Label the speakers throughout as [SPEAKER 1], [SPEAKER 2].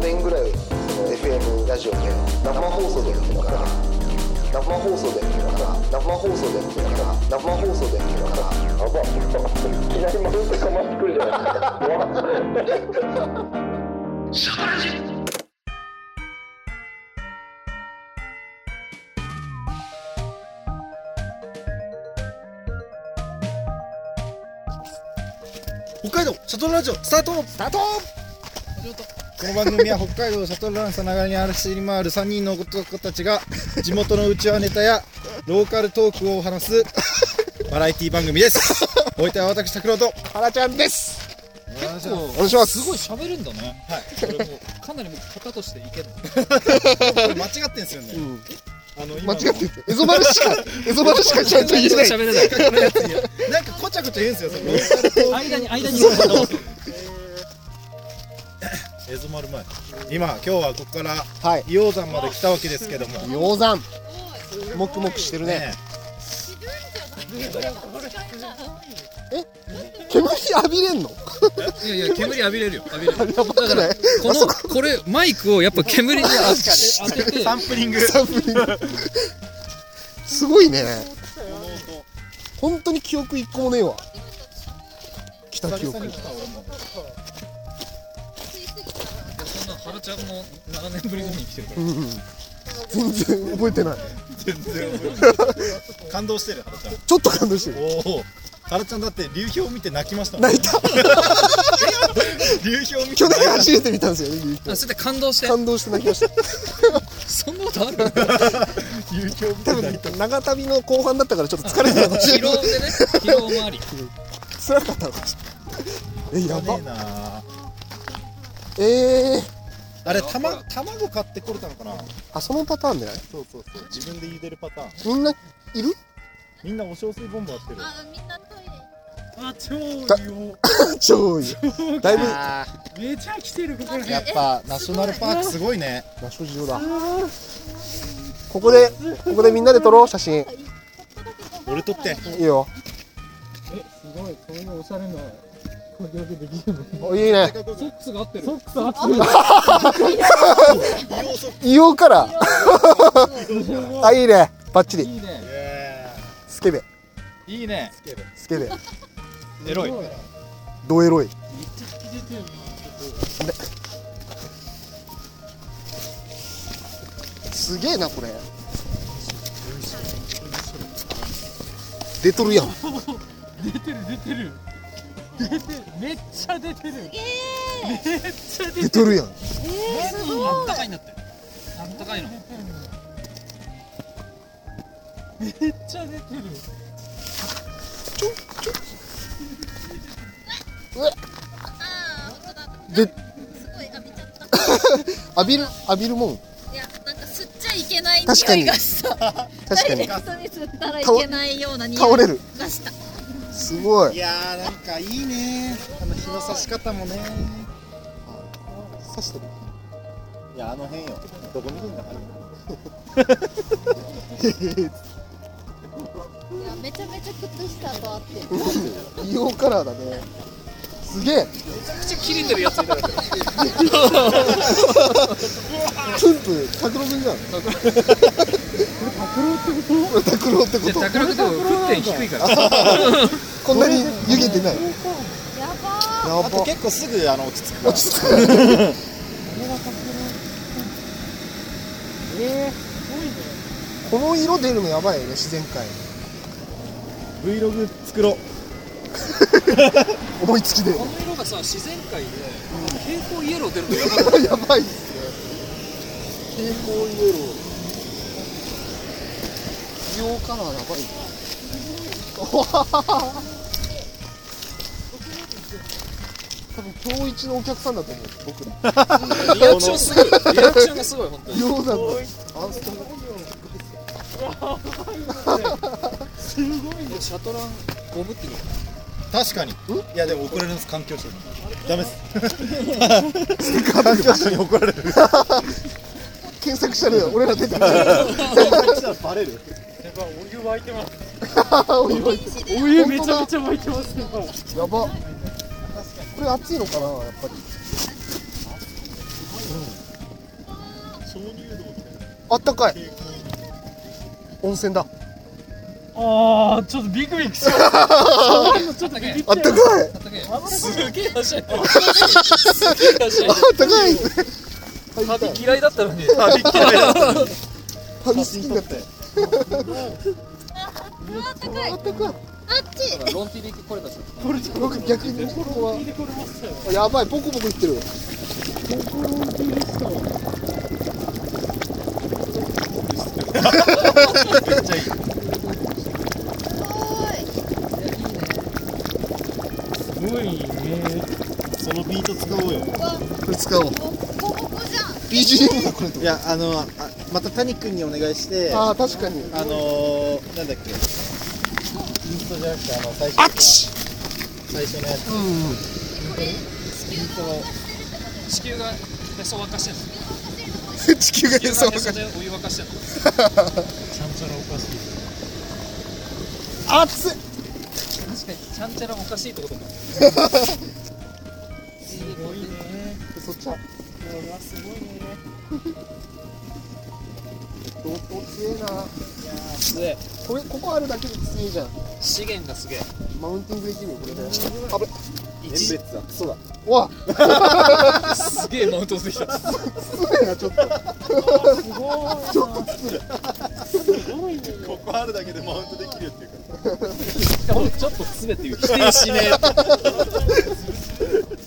[SPEAKER 1] 年ぐらいその FM ラジオで生放送でやってたから生放送でやってたから生放送でやってたから生放送でやってたからやばいきなりマウスかまってくるじゃないですか
[SPEAKER 2] 北海道シャトルラジオスタート
[SPEAKER 3] スタート
[SPEAKER 2] この番組は 北海道シャトルランさながらに走り回る3人の男たちが地元のうちわネタや ローカルトークを話す バラエティ番組ですお相手は私拓郎と
[SPEAKER 3] 原ちゃんです
[SPEAKER 2] 結
[SPEAKER 3] 構
[SPEAKER 2] お願いします
[SPEAKER 4] すごい喋るんだね。
[SPEAKER 2] はい
[SPEAKER 4] これもうかなりもう型としていける。
[SPEAKER 2] 間違ってんすよね、あの
[SPEAKER 1] 間
[SPEAKER 2] 今
[SPEAKER 1] 違ってるエゾバルしかエゾバルしかちゃんと言えない
[SPEAKER 4] 喋れない。
[SPEAKER 2] このやついやなんかこちゃこちゃ言うんすよそのローカルトー
[SPEAKER 4] 間に間に。
[SPEAKER 2] クエゾマル前今今日はここから
[SPEAKER 3] はい
[SPEAKER 2] 硫黄山まで来たわけですけども
[SPEAKER 3] 鷹山もくもくしてるね
[SPEAKER 2] ね
[SPEAKER 3] 煙浴びれんの
[SPEAKER 4] いやいや煙浴びれるよ。浴びれる。
[SPEAKER 3] やばくない
[SPEAKER 4] このこれマイクをやっぱ煙に当てて
[SPEAKER 2] サンプリング
[SPEAKER 3] サンプリングすごいね本当に記憶一個もねえわ北記
[SPEAKER 2] 久
[SPEAKER 3] 憶
[SPEAKER 2] 々に来た俺も
[SPEAKER 4] そんな原ちゃんも長年ぶりに来てるか
[SPEAKER 3] うん全然覚えてない
[SPEAKER 2] 全然感動してる原ちゃん
[SPEAKER 3] ちょっと感動してる
[SPEAKER 2] お お原ちゃんだって流氷見て泣きましたもん
[SPEAKER 3] 泣いた
[SPEAKER 2] 流氷見て
[SPEAKER 3] 去
[SPEAKER 2] 泣い
[SPEAKER 3] 年
[SPEAKER 2] た
[SPEAKER 3] 走れてみたんですよね
[SPEAKER 4] ら。あそれで感動して。
[SPEAKER 3] 感動して泣きました
[SPEAKER 4] そんなことある？
[SPEAKER 2] 流氷見 て
[SPEAKER 3] 多
[SPEAKER 2] 泣い
[SPEAKER 3] 分長旅の後半だったからちょっと疲れてたかもし
[SPEAKER 4] 疲
[SPEAKER 3] れな
[SPEAKER 4] 労
[SPEAKER 3] い
[SPEAKER 4] でね疲労もあり。
[SPEAKER 3] 辛かったのかもしれないえ
[SPEAKER 2] た
[SPEAKER 3] やば
[SPEAKER 2] ねえな
[SPEAKER 3] えー、
[SPEAKER 2] あれたま卵買ってこれたのかな
[SPEAKER 3] あそのパターンじゃない
[SPEAKER 2] そうそうそう自分で茹でるパターン
[SPEAKER 3] みんないる
[SPEAKER 2] みんなお小水ボンバーしてる
[SPEAKER 5] あみんなトイレ行っ
[SPEAKER 6] あ超
[SPEAKER 3] だ
[SPEAKER 6] よ
[SPEAKER 3] 超いいだいぶ
[SPEAKER 6] めちゃ来てるここら
[SPEAKER 2] やっぱナショナルパークすごいね
[SPEAKER 3] ナショジオだここでここでみんなで撮ろう写真
[SPEAKER 2] 俺撮って
[SPEAKER 3] いいよ
[SPEAKER 6] すごいこういうおしゃれなこれだけできるの
[SPEAKER 3] おいいね
[SPEAKER 4] ソックスが合ってる。
[SPEAKER 6] ソックスあってる
[SPEAKER 3] 硫黄からあいいねバッチリ
[SPEAKER 4] いいね。
[SPEAKER 3] スケベ
[SPEAKER 4] いいね。
[SPEAKER 3] スケベ
[SPEAKER 2] エロい
[SPEAKER 3] ドエロいすげえなこれ出とるやん
[SPEAKER 6] 出てる出てる出てるめっちゃ出てる
[SPEAKER 3] 出とるやん
[SPEAKER 4] あったかいなってる。あったかいの。
[SPEAKER 6] めっちゃ出てる
[SPEAKER 5] たあー本当だ
[SPEAKER 3] です
[SPEAKER 5] ごい浴びちゃった
[SPEAKER 3] 浴びる浴びるもん
[SPEAKER 5] いやなんか吸っちゃいけない
[SPEAKER 3] 確か
[SPEAKER 5] 匂
[SPEAKER 3] に
[SPEAKER 5] いがした
[SPEAKER 3] 確かに
[SPEAKER 5] ダイレクトに吸ったらいけないような匂い
[SPEAKER 3] 倒れる
[SPEAKER 5] がした
[SPEAKER 3] すご
[SPEAKER 2] い
[SPEAKER 3] い
[SPEAKER 2] やーなんかいいねあの日の差し方もね
[SPEAKER 3] 刺してる
[SPEAKER 2] いやあの辺よどこ見るんだから
[SPEAKER 5] いやめちゃめちゃ靴下とあって
[SPEAKER 3] 硫黄カラーだねすげえ
[SPEAKER 4] めっちゃ切れてるやついた。
[SPEAKER 3] キュンプ 拓郎くんじゃんこれ拓郎ってこと拓郎ってこ
[SPEAKER 4] じゃあ、宝くじでも沸点低いから。
[SPEAKER 3] とこんなに湯気てない
[SPEAKER 5] やばー
[SPEAKER 3] やば
[SPEAKER 2] あと結構すぐあの落ち着く
[SPEAKER 3] 落ち着く
[SPEAKER 6] え
[SPEAKER 3] この色出るのやばいよね自然界
[SPEAKER 2] Vlog 作ろう
[SPEAKER 3] 思いつきで
[SPEAKER 4] この色がさ自然界で蛍光イエロー出るとやばい
[SPEAKER 3] やばいっすね蛍光イエロー硫黄カラーや ばいねおはははは多分今日一のお客さんだと思う僕ら
[SPEAKER 4] リアクションすごいリアクションがすごい本当に
[SPEAKER 3] 硫黄山のアンストン
[SPEAKER 4] シャトランゴムっていうの
[SPEAKER 2] 確かにいやでも怒られます環境省にダメです
[SPEAKER 3] カ
[SPEAKER 2] 環境省に怒られる
[SPEAKER 3] 検索したら俺ら出てくる
[SPEAKER 2] したらバレる
[SPEAKER 6] お湯沸いてます
[SPEAKER 3] お湯
[SPEAKER 6] お湯めちゃめちゃ沸いてます
[SPEAKER 3] やばこれ熱いのかなやっぱり、あったかい温泉だ
[SPEAKER 6] ああちょっとビクビ クしちゃうちょっとビビっ
[SPEAKER 3] あったかい
[SPEAKER 6] すげえ
[SPEAKER 3] あっ たかいですね
[SPEAKER 6] 旅嫌いだったのに
[SPEAKER 3] 旅好きになったよ
[SPEAKER 5] あったかい
[SPEAKER 3] あ
[SPEAKER 5] あっ
[SPEAKER 3] ったかい
[SPEAKER 5] ち
[SPEAKER 3] 僕逆にここは
[SPEAKER 6] これもさ
[SPEAKER 3] やばいボコボコいってる
[SPEAKER 6] すごいね
[SPEAKER 2] そのビート使おうよ
[SPEAKER 3] これ使おう
[SPEAKER 5] ボッコボコじゃん
[SPEAKER 3] BGM だこれと
[SPEAKER 2] いやあのあまた谷君にお願いしてあ
[SPEAKER 3] ああ確かに
[SPEAKER 2] のー、なんだっけインストじゃなくてあの最初
[SPEAKER 3] あっち
[SPEAKER 2] 最初のやつ
[SPEAKER 3] うん
[SPEAKER 4] 地球がへそ沸かしてる
[SPEAKER 3] 地球がへそをか
[SPEAKER 4] でお湯沸かしてる
[SPEAKER 6] ちゃんちゃらおかしい
[SPEAKER 3] 熱い
[SPEAKER 4] 確かにちゃんちゃらおかしいってことか
[SPEAKER 3] そっちはこれはすごいね強えな
[SPEAKER 4] すげえ
[SPEAKER 3] これここあるだけで強えじゃん
[SPEAKER 4] 資源がすげえ
[SPEAKER 3] マウンティングできるよこれであぶ
[SPEAKER 4] 一
[SPEAKER 2] 別だそうだ
[SPEAKER 3] うわ
[SPEAKER 4] すげえマウントしてきた
[SPEAKER 3] 強えなちょっと
[SPEAKER 6] すごい
[SPEAKER 3] ちょっと強い
[SPEAKER 6] すごいね
[SPEAKER 2] ここあるだけでマウントできるっていうか
[SPEAKER 4] しかもちょっとすべて否定しねえ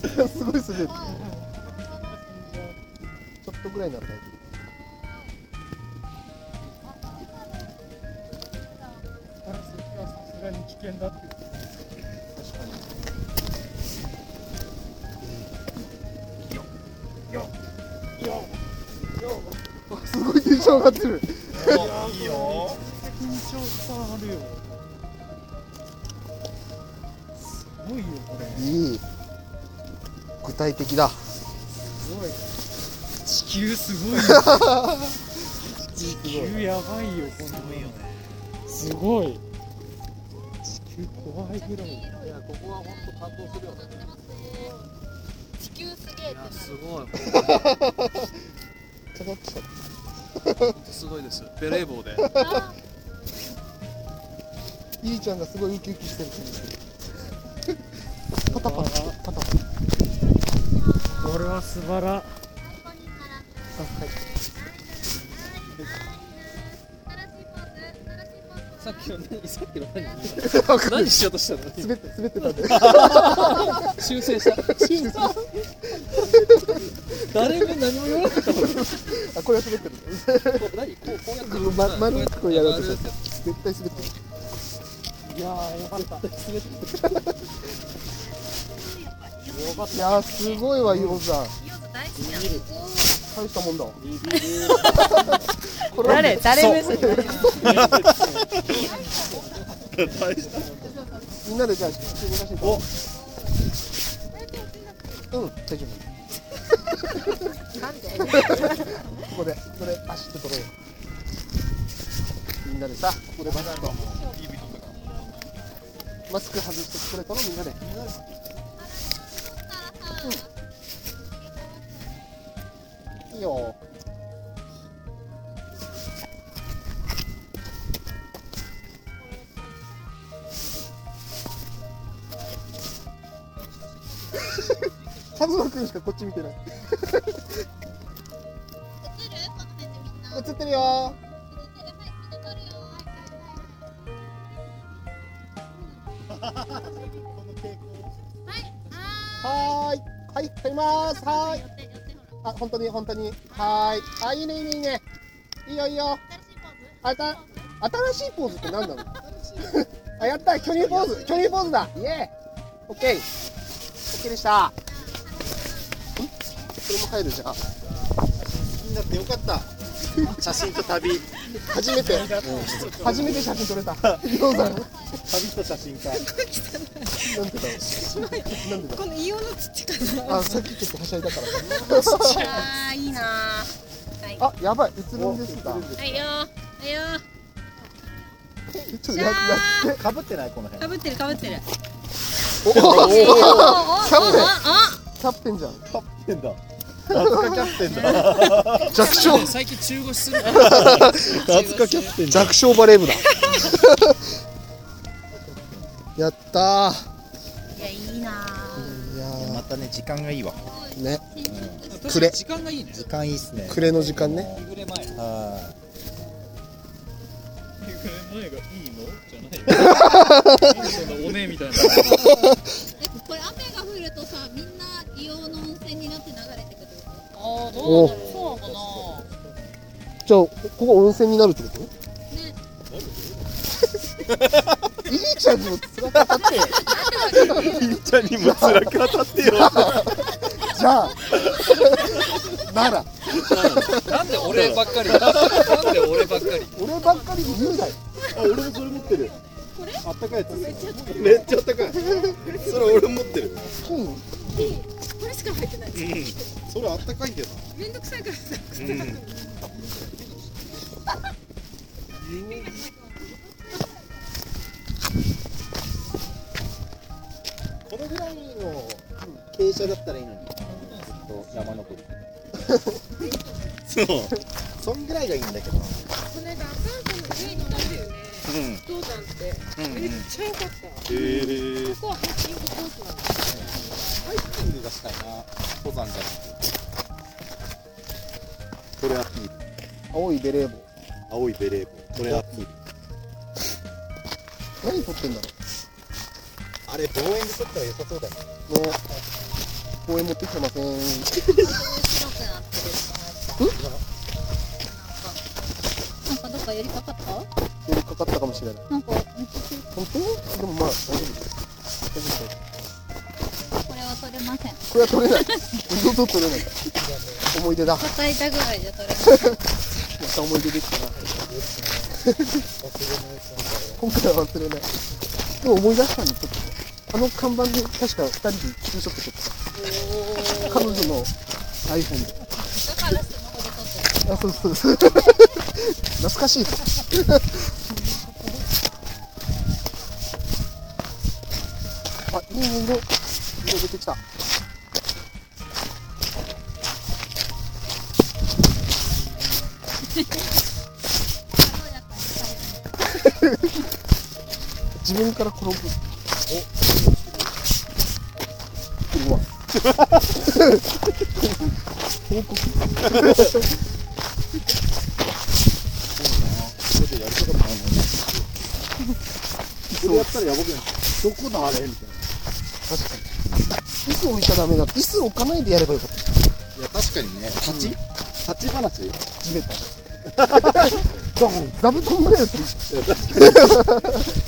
[SPEAKER 3] すごいすごいちょっとぐらいになったらいける
[SPEAKER 6] さすがに危険だって
[SPEAKER 3] あすごいテンション上がってる
[SPEAKER 2] いいよ
[SPEAKER 6] 緊張伝わるよすごいよこれ
[SPEAKER 3] いい具体的だ
[SPEAKER 6] 地球すごいよ地球やばいよこんなのすごい地球怖いぐらい
[SPEAKER 5] 地球すげえってなる
[SPEAKER 4] すごい
[SPEAKER 3] ちょっと
[SPEAKER 4] すごいですベレー帽で
[SPEAKER 5] あ
[SPEAKER 3] いいちゃんがすごいウキウキしてる感じするパタパタパタパタ
[SPEAKER 6] これは素晴ら
[SPEAKER 4] さっきの何さっきの何
[SPEAKER 3] わかんない
[SPEAKER 4] 何しようとしたの
[SPEAKER 3] 滑って滑ってたんで
[SPEAKER 4] 修正した誰も何も言わなかったもん
[SPEAKER 3] あこれは滑ってる
[SPEAKER 4] こう何こうこうやって
[SPEAKER 3] ま丸いこうやろうとした
[SPEAKER 4] こやって
[SPEAKER 3] 絶対 滑ってる
[SPEAKER 6] いやーよかった
[SPEAKER 3] いやーすごいわイオンさん
[SPEAKER 5] ヨウさん大好きなの
[SPEAKER 3] 大したもんだわ
[SPEAKER 7] 誰誰目 線
[SPEAKER 3] みんなでじゃあ口動かしておうん大丈夫
[SPEAKER 7] なんで
[SPEAKER 3] ここでこれ足って取ろうよみんなでさここでバナナとマスク外してこれ取ろうみんなでいい よカズマくんしかこっち見てない
[SPEAKER 5] 映るこの辺でみんな
[SPEAKER 3] 映ってるよはーいはい撮りますはーいあ本当に本当にはーいあいいねいいねいいねいいよいいよあた新しいポーズって何なの あやった巨乳ポーズ巨乳ポーズだイエーイオッケーオッケーでしたんこれも入るじゃん
[SPEAKER 2] になってよかった写真と旅旅
[SPEAKER 3] 初めて初めて写真撮れ たりょうさん
[SPEAKER 2] と写真か
[SPEAKER 3] なんでだろうなんでだろ
[SPEAKER 7] このイオンのちっちゃ
[SPEAKER 3] うあさっきちょっとはしゃいだから
[SPEAKER 7] あーいいな
[SPEAKER 3] あやばい映るんですが
[SPEAKER 5] はいよはいよ
[SPEAKER 3] ちょっとややって
[SPEAKER 2] かぶってないこの辺
[SPEAKER 7] かぶってるかぶってる
[SPEAKER 3] おお
[SPEAKER 5] おおおおおおお
[SPEAKER 3] キャプテンじゃん
[SPEAKER 2] かぶってんだ夏香キャプテンだ
[SPEAKER 3] 弱小
[SPEAKER 4] 最近中腰 する
[SPEAKER 2] 夏香キャプテンだ
[SPEAKER 3] 弱小バレー部だやった
[SPEAKER 8] いやいいな
[SPEAKER 3] ーいや
[SPEAKER 2] またね時間がいいわ
[SPEAKER 3] ーね
[SPEAKER 4] くれ時間がいいね
[SPEAKER 2] 時間いいっすね
[SPEAKER 3] 暮れの時間ね
[SPEAKER 4] くれ前くれ
[SPEAKER 2] は
[SPEAKER 4] 前がいいのじゃないよそんなおねえみたいな
[SPEAKER 5] えこれ雨が降るとさみんな硫黄の温泉になって流れてくる
[SPEAKER 9] ああ
[SPEAKER 3] どうな
[SPEAKER 9] うそうかな
[SPEAKER 3] じゃあここ温泉になるってこと
[SPEAKER 5] ね
[SPEAKER 3] いいじゃんもうつらかったっ
[SPEAKER 2] い
[SPEAKER 3] て
[SPEAKER 2] いちゃんにも辛く当たってよ
[SPEAKER 3] じゃあなら
[SPEAKER 4] なんで俺ばっかりだなんで俺ばっかり
[SPEAKER 3] 俺ばっかりに言うなよ
[SPEAKER 2] あ俺もそれ持ってるあったかいやつめっちゃあったかいそれ俺も持ってる
[SPEAKER 3] そうなの
[SPEAKER 8] これしか入ってない
[SPEAKER 2] それあったかいけど
[SPEAKER 8] めんどくさいから
[SPEAKER 2] このぐらいの傾斜だったらいいのに山登りそうそんぐらいがいいんだけど
[SPEAKER 8] この間アカンコの上に乗るよね
[SPEAKER 2] うん
[SPEAKER 8] どうなんってめっちゃ良かった
[SPEAKER 2] へえ
[SPEAKER 8] ここはハイキングコースなの
[SPEAKER 2] ハイキングがしたいな登山じゃなくてトレアピール
[SPEAKER 3] 青いベレー帽
[SPEAKER 2] 青いベレー帽トレアピール
[SPEAKER 3] 何撮ってんだろ
[SPEAKER 2] あれ望遠で撮ったら良さそうだね
[SPEAKER 3] うね公園持ってきてません
[SPEAKER 5] 白くなってるなんかなんかどっか寄りかかった
[SPEAKER 3] よりかかったかもしれない
[SPEAKER 5] なんか
[SPEAKER 3] 本当でもまあ大丈夫です大丈夫です
[SPEAKER 5] これは取れません
[SPEAKER 3] これは取れない二度と取れない思い出だま
[SPEAKER 5] 叩いたぐらいじゃ取れま
[SPEAKER 3] た思い出できたな今回は忘れないでも思い出したんでちょっとあの看板で確か2人でツーショット撮った彼女の iPhone です
[SPEAKER 5] だからスマホ
[SPEAKER 3] あそ
[SPEAKER 5] で撮ってる
[SPEAKER 3] うそうそう懐かしいぞあいいね色色出てきた
[SPEAKER 5] そうやったら疲れる
[SPEAKER 3] 自分から転ぶ。お。うわ。報告。
[SPEAKER 2] ちょっとやりたかったもんねそれやったらやばくないどこだあれみたいな
[SPEAKER 3] 確かに。椅子置いちゃダメだ。椅子置かないでやればよかった。
[SPEAKER 2] いや確かにね立ち、立ち話い
[SPEAKER 3] 地べた。ドン、座布団ぐらいだった。
[SPEAKER 2] や確か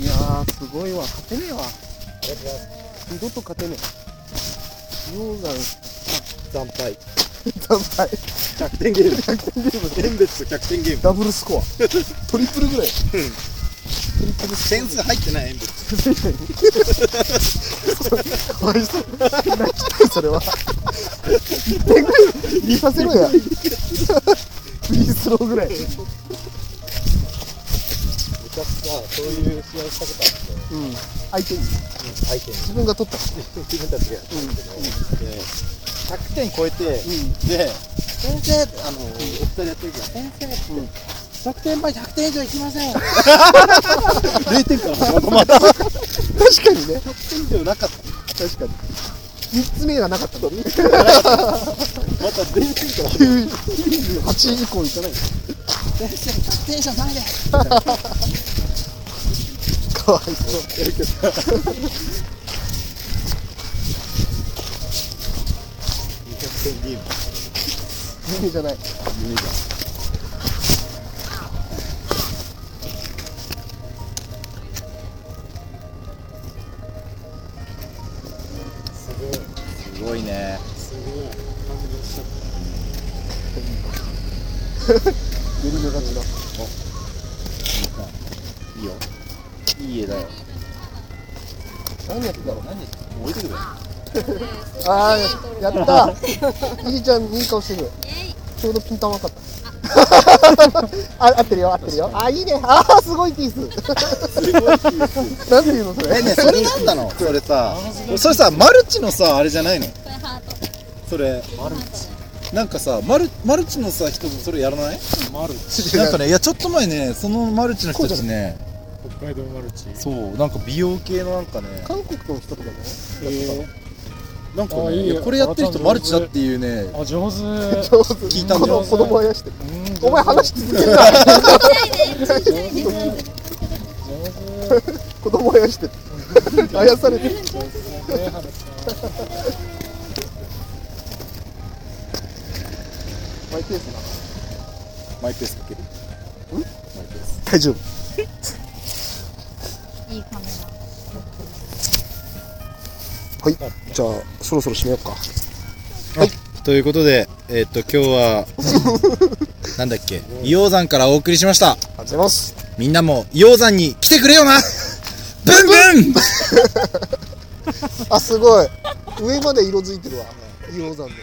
[SPEAKER 3] いやー、すごいわ。勝てねえわ。二度と勝てねえ。溶岩
[SPEAKER 2] に惨敗
[SPEAKER 3] 団体
[SPEAKER 2] 逆転ゲーム逆転ゲーム選別と逆転ゲーム
[SPEAKER 3] ダブルスコア。トリプルぐらい。
[SPEAKER 2] センス入ってない演武
[SPEAKER 3] かわいそう。泣きたい、それは。1点ぐらい見させろや。フリースローぐらい。う
[SPEAKER 2] 昔さそういう試合したことあって
[SPEAKER 3] ん。相手に。
[SPEAKER 2] 相手に
[SPEAKER 3] 自分が取った。
[SPEAKER 2] 自分たちがやってるんですけど、で100点超えて、
[SPEAKER 3] うん。
[SPEAKER 2] で先生あの、お二人やってるから先生って、
[SPEAKER 3] うん
[SPEAKER 2] 100点前100点以上いきません 0点から始まったま た
[SPEAKER 3] 確かにね。
[SPEAKER 2] 100点以上なかった
[SPEAKER 3] 確かに。3つ目がなかったの。
[SPEAKER 2] また0点から
[SPEAKER 3] 9 98以降いかない。
[SPEAKER 2] 先生100点以上ないで
[SPEAKER 3] かわいそう。
[SPEAKER 2] やるけどさ200点ゲーム
[SPEAKER 3] 夢じゃない。
[SPEAKER 2] 夢じゃんすごいね
[SPEAKER 3] ユリの勝ちだ。
[SPEAKER 2] いいよいい家だよ
[SPEAKER 3] 何やってたの
[SPEAKER 2] 置いてくれ
[SPEAKER 3] あー、やった。いいじゃん、いい顔してる。
[SPEAKER 5] イエイ
[SPEAKER 3] ちょうどピンタンわかった。
[SPEAKER 5] あ、
[SPEAKER 3] あ、合ってるよ、合ってるよ。あ、いいね。あ ー、すごいピース。なんていうの、それ。
[SPEAKER 2] えねそれなんなのそれさそれさマルチのさあれじゃないの
[SPEAKER 5] これハート
[SPEAKER 2] それ
[SPEAKER 5] ハートだよ
[SPEAKER 2] なんかさマルマルチのさ人それやらない
[SPEAKER 6] マルチ
[SPEAKER 2] なんかねいやちょっと前ねそのマルチの人たちね
[SPEAKER 6] 北海道マルチ
[SPEAKER 2] そうなんか美容系のなんかね
[SPEAKER 3] 韓国の人とかじゃない
[SPEAKER 6] え
[SPEAKER 2] なんか
[SPEAKER 6] あ
[SPEAKER 2] ね
[SPEAKER 6] いい
[SPEAKER 2] いやこれやってる人マルチだっていうね
[SPEAKER 6] ー、あ上手
[SPEAKER 3] 上手。
[SPEAKER 2] 聞いたんだ
[SPEAKER 3] こ
[SPEAKER 2] よ
[SPEAKER 3] の子供あやしてる。
[SPEAKER 6] うん
[SPEAKER 3] お前話
[SPEAKER 6] 上
[SPEAKER 3] 続けんな。
[SPEAKER 6] 手
[SPEAKER 3] 子供あや してる。あやされてる。
[SPEAKER 6] ね話が
[SPEAKER 3] マイペースな。
[SPEAKER 2] マイペースかけるマイペース
[SPEAKER 3] 大丈夫。
[SPEAKER 5] いいカメラ
[SPEAKER 3] はい。じゃあ、そろそろ締めようか。
[SPEAKER 2] ということでえっと今日は なんだっけ硫黄山からお送りしました
[SPEAKER 3] ありがとうございます。
[SPEAKER 2] みんなも硫黄山に来てくれよなブンブン
[SPEAKER 3] あ、すごい。上まで色づいてるわ。硫黄山で。